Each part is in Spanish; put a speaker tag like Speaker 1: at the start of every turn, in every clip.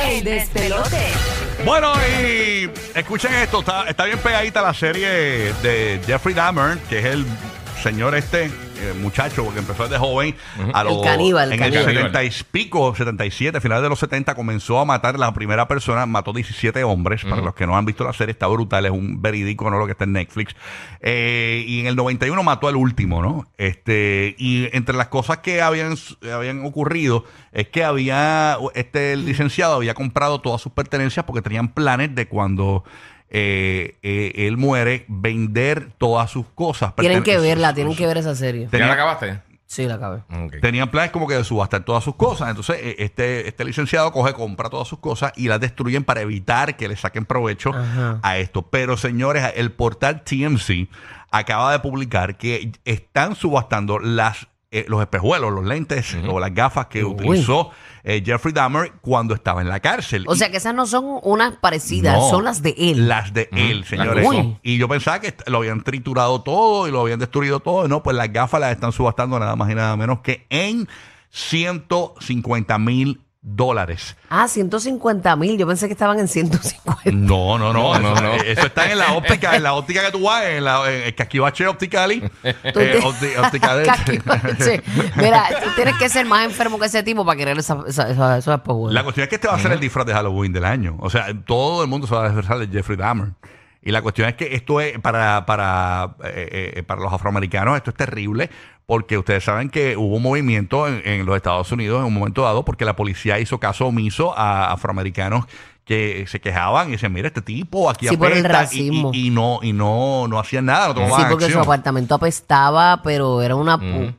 Speaker 1: El despelote.
Speaker 2: Bueno, y escuchen esto, está, está bien pegadita la serie de Jeffrey Dahmer, que es el señor este, eh, muchacho, porque empezó desde joven, a los,
Speaker 1: caníbal,
Speaker 2: en
Speaker 1: caníbal.
Speaker 2: el 70 y pico, 77, finales de los 70, comenzó a matar la primera persona, mató 17 hombres, para los que no han visto la serie, está brutal, es un verídico, no lo que está en Netflix, Eh, y en el 91 mató al último, ¿no? Este, y entre las cosas que habían, habían ocurrido, es que había, este licenciado había comprado todas sus pertenencias porque tenían planes de cuando... eh, eh, él muere, vender todas sus cosas.
Speaker 1: Tienen que
Speaker 2: pertene-
Speaker 1: verla, tienen que ver esa serie.
Speaker 2: Tenía-
Speaker 3: ¿Ya la acabaste?
Speaker 1: Sí, la acabé.
Speaker 3: Ok.
Speaker 2: Tenían planes como que de subastar todas sus cosas. Entonces, eh, este, este licenciado coge, compra todas sus cosas y las destruyen para evitar que le saquen provecho a esto. Pero, señores, el portal TMC acaba de publicar que están subastando las. eh, los espejuelos, los lentes o las gafas que
Speaker 1: Uy.
Speaker 2: utilizó eh, Jeffrey Dahmer cuando estaba en la cárcel.
Speaker 1: O
Speaker 2: Y-
Speaker 1: sea que esas no son unas parecidas,
Speaker 2: no,
Speaker 1: son las de él.
Speaker 2: Mm, Las de él, señores.
Speaker 1: que usó.
Speaker 2: Y yo pensaba que lo habían triturado todo y lo habían destruido todo. No, pues las gafas las están subastando nada más y nada menos que en 150 mil dólares.
Speaker 1: Ah, 150 mil. Yo pensé que estaban en 150.
Speaker 2: No, no, no,
Speaker 3: No,
Speaker 2: eso, eh,
Speaker 3: no, no.
Speaker 2: eso está en la óptica, en la óptica que tú vas, en, la, en el casquivache Opticali. eh, opti- óptica de-
Speaker 1: Caquivache. Mira, tú tienes que ser más enfermo que ese tipo para querer esa, esa, esa- esos espejuelos.
Speaker 2: La cuestión es que este va a ser el disfraz de Halloween del año. O sea, todo el mundo se va a disfrazar de Jeffrey Dahmer. Y la cuestión es que esto es para, para, eh, eh, para los afroamericanos, esto es terrible, porque ustedes saben que hubo un movimiento en, en los Estados Unidos en un momento dado, porque la policía hizo caso omiso a afroamericanos que se quejaban y decían, mira, este tipo aquí
Speaker 1: Sí, por el
Speaker 2: apesta", y-
Speaker 1: racismo.
Speaker 2: Y, y no, y no, no hacían nada, no tomaban
Speaker 1: sí, porque su
Speaker 2: acción.
Speaker 1: apartamento apestaba, pero era una pu-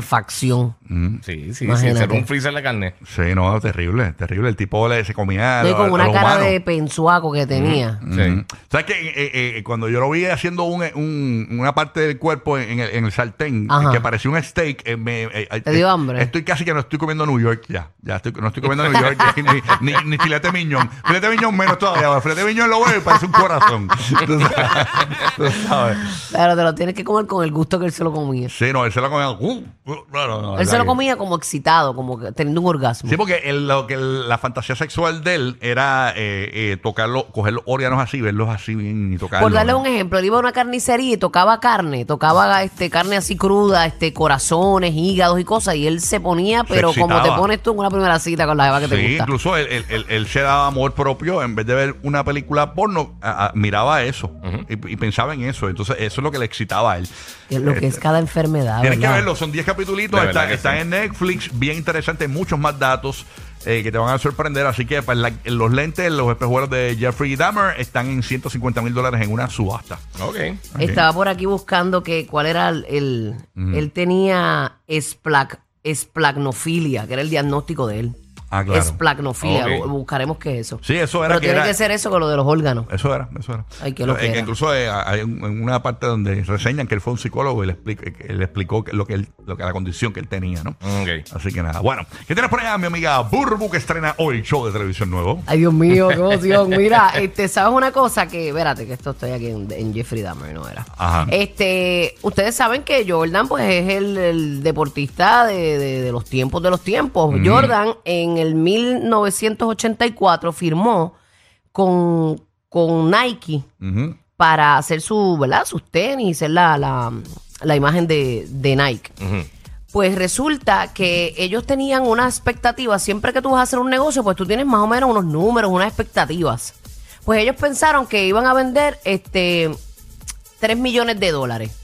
Speaker 1: putrefacción.
Speaker 3: Sí, sí, sí.
Speaker 1: Imagínate.
Speaker 3: Cerró un freezer la carne.
Speaker 2: Sí, no, terrible, terrible. El tipo le- se comía.
Speaker 1: No, y
Speaker 2: lo-
Speaker 1: con
Speaker 2: lo
Speaker 1: una cara
Speaker 2: humano.
Speaker 1: de pensuaco que tenía.
Speaker 3: Sí.
Speaker 2: ¿Sabes que eh, cuando yo lo vi haciendo un- un- una parte del cuerpo en, en el, en el sartén, eh,
Speaker 1: Ajá.
Speaker 2: que parecía un steak, eh, me, eh, eh,
Speaker 1: ¿Te dio hambre?
Speaker 2: Estoy casi que no estoy comiendo New York ya. Ya estoy, no estoy comiendo New York ya, ni, ni, ni filete miñón. Filete miñón menos todavía. Filete miñón lo veo y parece un corazón. Tú sabes. Tú sabes.
Speaker 1: Pero te lo tienes que comer con el gusto que él se lo comía.
Speaker 2: Sí, no, él se lo comía. uh, uh, no, no, no,
Speaker 1: Él se
Speaker 2: la
Speaker 1: lo
Speaker 2: que-
Speaker 1: comía como excitado, como que teniendo un orgasmo.
Speaker 2: Sí, porque el- lo que el- la fantasía sexual de él era eh, eh, tocarlo, coger los órganos así, verlos así bien y tocarlos.
Speaker 1: Por darle
Speaker 2: ¿no?
Speaker 1: un ejemplo, él iba a una carnicería y tocaba carne, tocaba este carne así cruda, este corazones, hígados y cosas, y él se ponía, pero como te
Speaker 2: excitaba.
Speaker 1: pones tú en una primera cita con la jeva que te
Speaker 2: Sí,
Speaker 1: gusta.
Speaker 2: incluso él, él- él- él se daba amor propio, en vez de ver una película porno, a- a- miraba eso y, y pensaba en eso. Entonces, eso es lo que le excitaba a él.
Speaker 1: Que es lo que es cada enfermedad.
Speaker 2: este, Tienes que
Speaker 1: ¿verdad?
Speaker 2: verlo, son 10 capítulos,
Speaker 3: De verdad
Speaker 2: están
Speaker 3: que sí.
Speaker 2: en Netflix, bien interesante, muchos más datos eh, que te van a sorprender. Así que para la- los lentes, los espejuelos de Jeffrey Dahmer están en 150 mil dólares en una subasta.
Speaker 3: Ok.
Speaker 1: Estaba por aquí buscando que cuál era el, el- él tenía esplac, esplagnofilia, que era el diagnóstico de él.
Speaker 2: Ah, claro.
Speaker 1: Esplagnofilia,
Speaker 3: Ok.
Speaker 1: bu- buscaremos qué es eso.
Speaker 2: Sí, eso era
Speaker 1: Pero
Speaker 2: que
Speaker 1: tiene
Speaker 2: era-
Speaker 1: que ser eso con lo de los órganos.
Speaker 2: Eso era, eso era.
Speaker 1: Ay, qué loquera.
Speaker 2: Eh, que incluso eh, hay un- en una parte donde reseñan que él fue un psicólogo y le, explica- que le explicó que lo que, él, lo que la condición que él tenía, ¿no?
Speaker 3: Ok.
Speaker 2: Así que nada. Bueno, ¿qué tienes por allá, mi amiga Burbu, que estrena hoy show de televisión nuevo?
Speaker 1: Ay, Dios mío, qué emoción. Mira, este, ¿sabes una cosa? Que, espérate, que esto estoy aquí en, en Jeffrey Dahmer, no era.
Speaker 2: Ajá.
Speaker 1: Este, ustedes saben que Jordan, pues, es el, el deportista de, de- de los tiempos de los tiempos. Jordan, en el 1984, firmó con, con Nike
Speaker 2: Ujú.
Speaker 1: para hacer su, ¿verdad? sus tenis, ser la, la, la imagen de, de Nike. Pues resulta que ellos tenían unas expectativas. Siempre que tú vas a hacer un negocio, pues tú tienes más o menos unos números, unas expectativas. Pues ellos pensaron que iban a vender este 3 millones de dólares.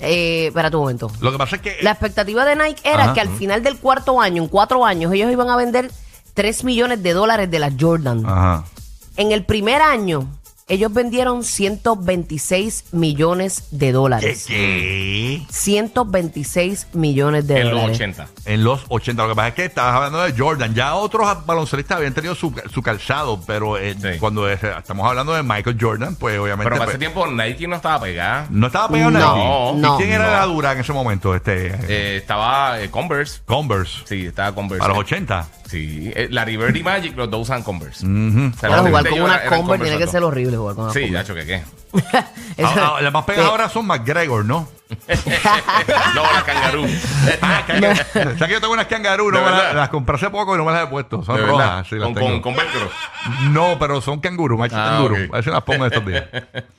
Speaker 1: Eh, espera un momento.
Speaker 2: Lo que pasa es que.
Speaker 1: La expectativa de Nike era
Speaker 2: Ajá.
Speaker 1: que al final del cuarto año, en cuatro años, ellos iban a vender 3 millones de dólares de las Jordan.
Speaker 2: Ajá.
Speaker 1: En el primer año, ellos vendieron 126 millones de
Speaker 2: ¿Qué,
Speaker 1: dólares.
Speaker 2: qué?
Speaker 1: 126 millones de
Speaker 3: en los
Speaker 1: dólares.
Speaker 3: 80.
Speaker 2: En los 80. Lo que pasa es que estabas hablando de Jordan. Ya otros baloncelistas habían tenido su, su calzado, pero eh,
Speaker 3: Sí.
Speaker 2: cuando es- estamos hablando de Michael Jordan, pues obviamente.
Speaker 3: Pero para ese
Speaker 2: pues,
Speaker 3: tiempo Nike no estaba pegada.
Speaker 2: no estaba pegado
Speaker 1: No,
Speaker 2: Nike.
Speaker 1: no,
Speaker 2: ¿Y quién era
Speaker 3: no.
Speaker 2: la dura en ese momento? Este,
Speaker 3: Eh, estaba eh, Converse.
Speaker 2: Converse.
Speaker 3: Sí, estaba Converse.
Speaker 2: A los 80.
Speaker 3: Sí. eh, Larry Bird y Magic, los dos usan Converse. O sea,
Speaker 1: Ahora,
Speaker 3: los
Speaker 1: jugar
Speaker 3: de
Speaker 1: Ah, con
Speaker 3: ellos
Speaker 1: una
Speaker 3: eran- eran
Speaker 1: Converse tiene que
Speaker 3: los
Speaker 1: ser
Speaker 3: dos.
Speaker 1: horrible jugar con una Eh,
Speaker 3: Sí,
Speaker 1: Converse.
Speaker 3: ya choqué qué.
Speaker 1: Eso-
Speaker 2: Ah, ah, las más pegadas
Speaker 1: Sí.
Speaker 2: ahora son McGregor, ¿no?
Speaker 3: no, la Kangaroo.
Speaker 2: Ah, canga- O sea que yo tengo unas kangaroo, no
Speaker 3: De
Speaker 2: me las-
Speaker 3: verdad.
Speaker 2: las compré hace poco y no me las he puesto. Son
Speaker 3: De verdad,
Speaker 2: rojas. Ah, sí, las
Speaker 3: con,
Speaker 2: tengo.
Speaker 3: con, con velcro.
Speaker 2: No, pero son canguru, macho
Speaker 3: Ah,
Speaker 2: canguru.
Speaker 3: ok.
Speaker 2: A ver si las pongo estos días.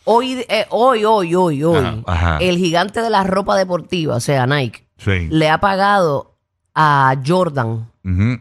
Speaker 1: Hoy, eh, hoy, hoy, hoy, hoy,
Speaker 3: Ajá,
Speaker 2: ajá.
Speaker 1: el gigante de la ropa deportiva, o sea, Nike,
Speaker 2: Sí.
Speaker 1: le ha pagado a Jordan
Speaker 2: Ujú.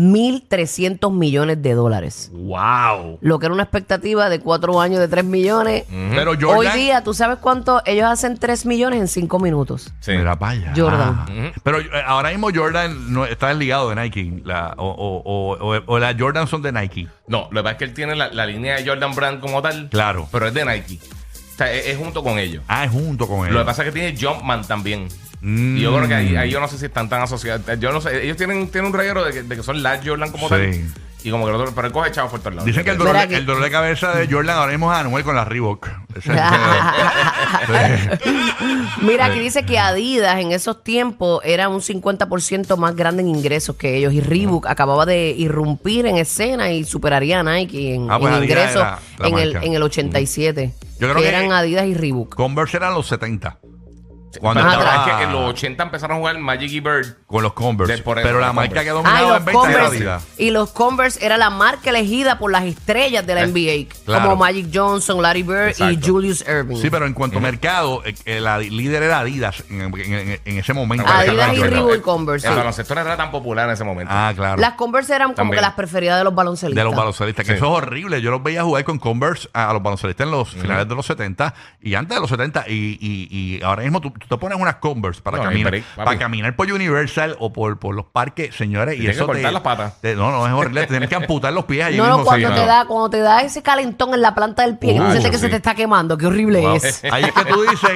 Speaker 1: 1.300 millones de dólares.
Speaker 3: Wow.
Speaker 1: Lo que era una expectativa de cuatro años de 3 millones.
Speaker 2: Pero Mm. Jordan.
Speaker 1: Hoy día, ¿tú sabes cuánto? Ellos hacen 3 millones en 5 minutos.
Speaker 3: Sí.
Speaker 2: Mira, vaya.
Speaker 1: Jordan.
Speaker 2: Ah. Pero eh, ahora mismo Jordan no, está desligado de Nike. La, o, o, o, o- o las Jordan son de Nike.
Speaker 3: No, lo que pasa es que él tiene la, la línea de Jordan Brand como tal.
Speaker 2: Claro.
Speaker 3: Pero es de Nike. O sea, es, es junto con ellos.
Speaker 2: Ah, es junto con él.
Speaker 3: Lo que pasa es que tiene Jumpman también.
Speaker 2: Mm.
Speaker 3: Y yo creo que ahí, ahí yo no sé si están tan asociados. Yo no sé. Ellos tienen, tienen un reguero de que, de que son las Jordan como
Speaker 2: Sí.
Speaker 3: tal. Y como que el otro. Pero él coge chavos por todos lados.
Speaker 2: Dicen que el
Speaker 3: Yo creo
Speaker 2: dolor,
Speaker 1: Mira que-
Speaker 2: el dolor de cabeza de Jordan ahora mismo es Anuel con la Reebok. Ese- ese-
Speaker 1: Mira, aquí dice que Adidas en esos tiempos era un 50% más grande en ingresos que ellos. Y Reebok acababa de irrumpir en escena y superaría a Nike en,
Speaker 2: Ah, pues
Speaker 1: en
Speaker 2: Adidas
Speaker 1: ingresos
Speaker 2: era la
Speaker 1: en el,
Speaker 2: marca.
Speaker 1: en el 87.
Speaker 2: Yo creo
Speaker 1: que
Speaker 2: que-
Speaker 1: eran Adidas y Reebok.
Speaker 2: Converse eran los 70. Cuando
Speaker 3: Pero la
Speaker 2: estaba
Speaker 3: verdad es que en los 80 empezaron a jugar Magic y Bird.
Speaker 2: con los Converse.
Speaker 3: De- por eso,
Speaker 2: pero la
Speaker 3: los
Speaker 2: marca
Speaker 3: Converse.
Speaker 2: que
Speaker 1: Ah, y
Speaker 2: dominaba
Speaker 1: los
Speaker 2: en venta era
Speaker 1: Converse.
Speaker 2: Adidas.
Speaker 1: Y los Converse era la marca elegida por las estrellas de la
Speaker 3: Eh,
Speaker 1: NBA,
Speaker 2: claro.
Speaker 1: como Magic Johnson, Larry Bird y
Speaker 3: Exacto.
Speaker 1: Julius Irving.
Speaker 2: Sí, pero en cuanto a mercado, eh, eh, la líder era Adidas en, en- en- en ese momento.
Speaker 1: Adidas y
Speaker 3: Exacto.
Speaker 1: Reebok y Converse,
Speaker 3: El
Speaker 1: sí.
Speaker 3: baloncesto no era tan popular en ese momento.
Speaker 2: Ah, claro.
Speaker 1: Las Converse eran como
Speaker 3: También.
Speaker 1: que las preferidas de los baloncelistas.
Speaker 2: de los baloncelistas, que
Speaker 3: Sí.
Speaker 2: eso es horrible. Yo los veía jugar con Converse a los baloncelistas en los finales de los 70 y antes de los 70. Y, y- y ahora mismo tú, tú te pones unas Converse para
Speaker 3: No,
Speaker 2: caminar
Speaker 3: hay break, papi.
Speaker 2: para caminar por Universal o por, por los parques, señores. Y
Speaker 3: tienes
Speaker 2: eso
Speaker 3: que cortar
Speaker 2: te-
Speaker 3: las patas.
Speaker 2: te- no, no, es horrible. Tienes que amputar los pies allí
Speaker 1: No,
Speaker 2: mismo.
Speaker 1: no, cuando
Speaker 2: sí,
Speaker 1: te
Speaker 2: no.
Speaker 1: da, cuando te da ese calentón en la planta del pie, que tú
Speaker 2: Uy,
Speaker 1: sientes que
Speaker 3: sí.
Speaker 1: se te está quemando, qué horrible
Speaker 2: Wow.
Speaker 1: es.
Speaker 2: Ahí es que tú dices,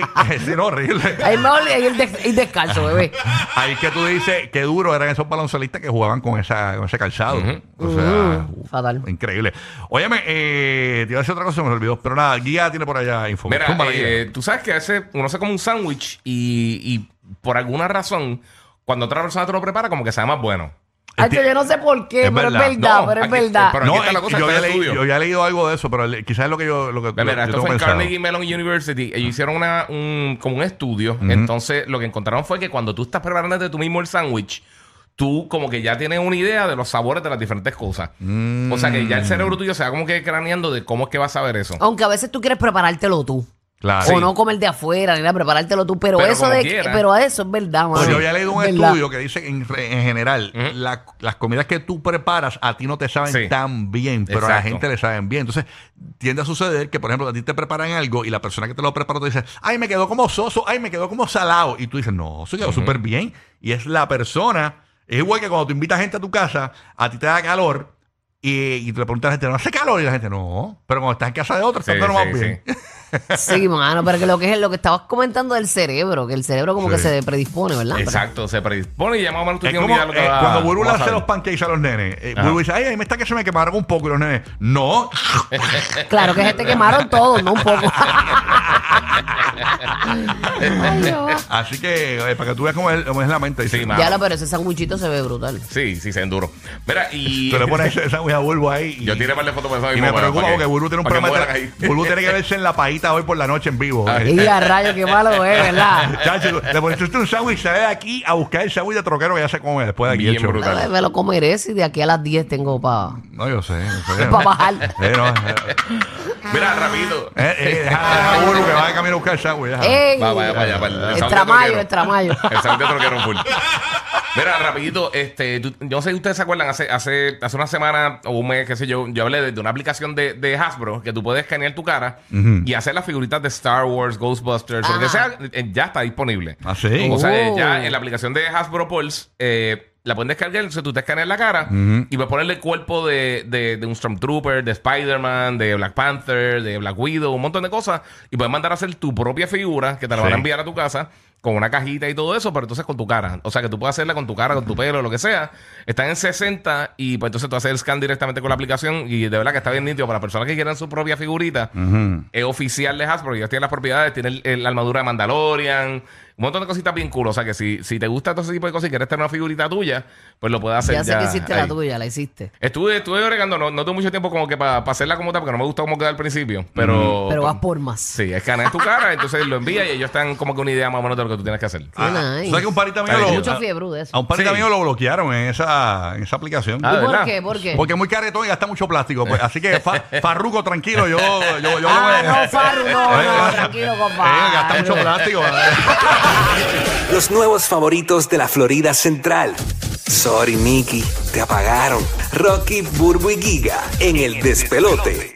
Speaker 2: es horrible.
Speaker 1: Ahí me olvidé ir, des- ir descalzo, bebé.
Speaker 2: Ahí es que tú dices qué duro eran esos baloncelistas que jugaban con, esa, con ese calzado. O sea, Este,
Speaker 1: Ujú. Mm, Fatal.
Speaker 2: increíble. Óyeme, eh, te iba a decir otra cosa, se me olvidó. Pero nada, guía tiene por allá info.
Speaker 3: Mira,
Speaker 2: pues Zúmbala,
Speaker 3: eh,
Speaker 2: Guía.
Speaker 3: tú sabes que a veces uno se come un sándwich y, y por alguna razón, cuando otra persona te lo prepara, como que sabe más bueno.
Speaker 1: Ay, que yo no sé por qué,
Speaker 2: Es
Speaker 1: pero
Speaker 2: verdad.
Speaker 1: es verdad,
Speaker 3: No,
Speaker 1: pero es
Speaker 3: aquí-
Speaker 1: verdad.
Speaker 3: pero- aquí está
Speaker 2: eh,
Speaker 3: la
Speaker 2: yo,
Speaker 3: cosa, está
Speaker 2: había
Speaker 3: el
Speaker 2: leído,
Speaker 3: estudio.
Speaker 2: yo había leído algo de eso, pero le- quizás es lo que yo, lo que,
Speaker 3: Mira, mira,
Speaker 2: yo
Speaker 3: esto
Speaker 2: tengo
Speaker 3: fue en
Speaker 2: pensado.
Speaker 3: Carnegie Mellon University. Ellos hicieron una, un, como un estudio. Entonces, lo que encontraron fue que cuando tú estás preparándote tú mismo el sándwich, tú como que ya tienes una idea de los sabores de las diferentes cosas.
Speaker 2: Mm.
Speaker 3: O sea, que ya el cerebro tuyo se va como que craneando de cómo es que vas a saber eso.
Speaker 1: Aunque a veces tú quieres preparártelo tú.
Speaker 2: Oh, Claro.
Speaker 1: O no comer de afuera, ni nada, preparártelo tú. Pero,
Speaker 3: Pero
Speaker 1: eso
Speaker 3: como
Speaker 1: de
Speaker 3: quiera.
Speaker 1: pero eso es verdad, mano.
Speaker 2: Pues yo había leído un
Speaker 1: Es verdad.
Speaker 2: estudio que dice que en, re- en general la- las comidas que tú preparas a ti no te saben
Speaker 3: Sí.
Speaker 2: tan bien, pero a la
Speaker 3: Exacto.
Speaker 2: gente le saben bien. Entonces tiende a suceder que, por ejemplo, a ti te preparan algo y la persona que te lo preparó te dice, ay, me quedó como soso, ay, me quedó como salado. Y tú dices, no, eso quedó súper bien. Y es la persona, es igual que cuando tú invitas gente a tu casa, a ti te da calor. Y, y tú le preguntas a la gente, ¿no hace calor? Y la gente, no. Pero cuando estás en casa de otro,
Speaker 3: Sí,
Speaker 2: estás todo más
Speaker 3: sí,
Speaker 2: bien.
Speaker 3: sí.
Speaker 1: Sí, mano, pero que lo que es lo que estabas comentando del cerebro, que el cerebro como
Speaker 2: Sí.
Speaker 1: que se predispone, ¿verdad?
Speaker 3: Exacto, se predispone y ya más o menos tú
Speaker 2: Es
Speaker 3: tienes
Speaker 2: como
Speaker 3: una idea de lo que
Speaker 2: eh,
Speaker 3: va-
Speaker 2: cuando Burbu le
Speaker 3: vas a
Speaker 2: hace
Speaker 3: saber.
Speaker 2: los pancakes a los nenes. eh,
Speaker 3: Ajá.
Speaker 2: Burbu dice, ay, a mí me está que se me quemaron un poco. Y los nenes, no.
Speaker 1: Pero- Claro que se te quemaron todos, no un poco. Ay, Dios.
Speaker 2: Así que, eh, para que tú veas cómo es, cómo es la mente.
Speaker 3: Sí,
Speaker 2: dice,
Speaker 3: ma.
Speaker 1: Ya lo, pero ese sandwichito se ve brutal.
Speaker 3: Sí, sí, se enduro. Mira, y.
Speaker 2: Tú le pones esa hueá a Burbu ahí. y-
Speaker 3: Yo tiré par de fotos por eso
Speaker 2: Y
Speaker 3: mismo
Speaker 2: me
Speaker 3: para-
Speaker 2: preocupa
Speaker 3: para que-
Speaker 2: porque Burbu tiene un
Speaker 3: para que
Speaker 2: problema.
Speaker 3: mueran ahí. Ah.
Speaker 2: Burbu tiene que verse en la paita entrevista hoy por la noche en vivo. Eh,
Speaker 1: Y a rayo, qué malo es, ¿verdad?
Speaker 2: Chacho, le pones un sándwich y sale de aquí a buscar el sándwich de troquero que ya se come después de aquí.
Speaker 3: Bien
Speaker 2: hecho.
Speaker 3: brutal.
Speaker 1: Ay, Me lo comeré si de aquí a las 10 tengo para
Speaker 2: No, yo sé. yo sé.
Speaker 1: bajar.
Speaker 2: Eh, no, eh,
Speaker 3: Mira, rápido.
Speaker 2: eh, eh, deja- deja a Bolu que va de camino a buscar el sándwich. deja.
Speaker 1: ¡Ey!
Speaker 3: Va, vaya, vaya, para el- el sound
Speaker 1: Extramayo,
Speaker 3: troquero.
Speaker 1: extramayo.
Speaker 3: El sound de troquero full. Mira, rapidito, este, tú- yo no sé si ustedes se acuerdan, hace, hace, hace una semana o un mes, qué sé yo, yo hablé de, de una aplicación de, de Hasbro que tú puedes escanear tu cara y hacer las figuritas de Star Wars, Ghostbusters, o lo que sea, eh, ya está disponible.
Speaker 2: Ah, sí.
Speaker 3: O sea, eh,
Speaker 1: Oh.
Speaker 3: ya en la aplicación de Hasbro Pulse, eh, la pueden descargar, entonces tú te escaneas la cara y puedes ponerle el cuerpo de, de, de un Stormtrooper, de Spider-Man, de Black Panther, de Black Widow, un montón de cosas. Y puedes mandar a hacer tu propia figura que te la van
Speaker 2: Sí.
Speaker 3: a enviar a tu casa con una cajita y todo eso, pero entonces con tu cara. O sea, que tú puedes hacerla con tu cara, con tu pelo, lo que sea. Están en 60 y pues entonces tú haces el scan directamente con la aplicación y de verdad que está bien nítido para personas que quieran su propia figurita
Speaker 2: Ujú.
Speaker 3: es oficial de Hasbro. Ellos tienen las propiedades, tienen el- la armadura de Mandalorian, un montón de cositas bien cool. O sea que si, si te gusta todo ese tipo de cosas y quieres tener una figurita tuya, pues lo puedes hacer.
Speaker 1: Ya
Speaker 3: Ya,
Speaker 1: sé que hiciste la
Speaker 3: ahí.
Speaker 1: tuya, la hiciste.
Speaker 3: Estuve, estuve bregando, no, no tuve mucho tiempo como que para hacerla como tal, porque no me gustó cómo quedó al principio. Pero. pues,
Speaker 1: Pero vas por más.
Speaker 3: Sí, escaneas tu cara, entonces lo envías y ellos están como que una idea más o menos de lo que tú tienes que hacer.
Speaker 1: Qué
Speaker 2: Ah,
Speaker 1: nice.
Speaker 2: ¿Sabes que un parita mío
Speaker 3: Ay,
Speaker 2: lo- ah,
Speaker 3: mucho
Speaker 2: a-
Speaker 1: fiebre de eso.
Speaker 2: A un parita
Speaker 3: Sí.
Speaker 2: mío lo bloquearon en esa, en esa aplicación.
Speaker 3: Ah,
Speaker 1: ¿Y por
Speaker 3: ¿verdad?
Speaker 1: qué? ¿Por qué?
Speaker 2: Porque es muy caretón y gasta mucho plástico. pues. Así que, fa- Farruco, tranquilo, yo, yo, yo lo
Speaker 1: Ah,
Speaker 2: voy a-
Speaker 1: no, Farru, no, no, tranquilo,
Speaker 2: Eh, gasta mucho
Speaker 1: compadre.
Speaker 2: plástico.
Speaker 4: Los nuevos favoritos de la Florida Central. Sorry, Mickey, te apagaron. Rocky, Burbu y Giga en el despelote.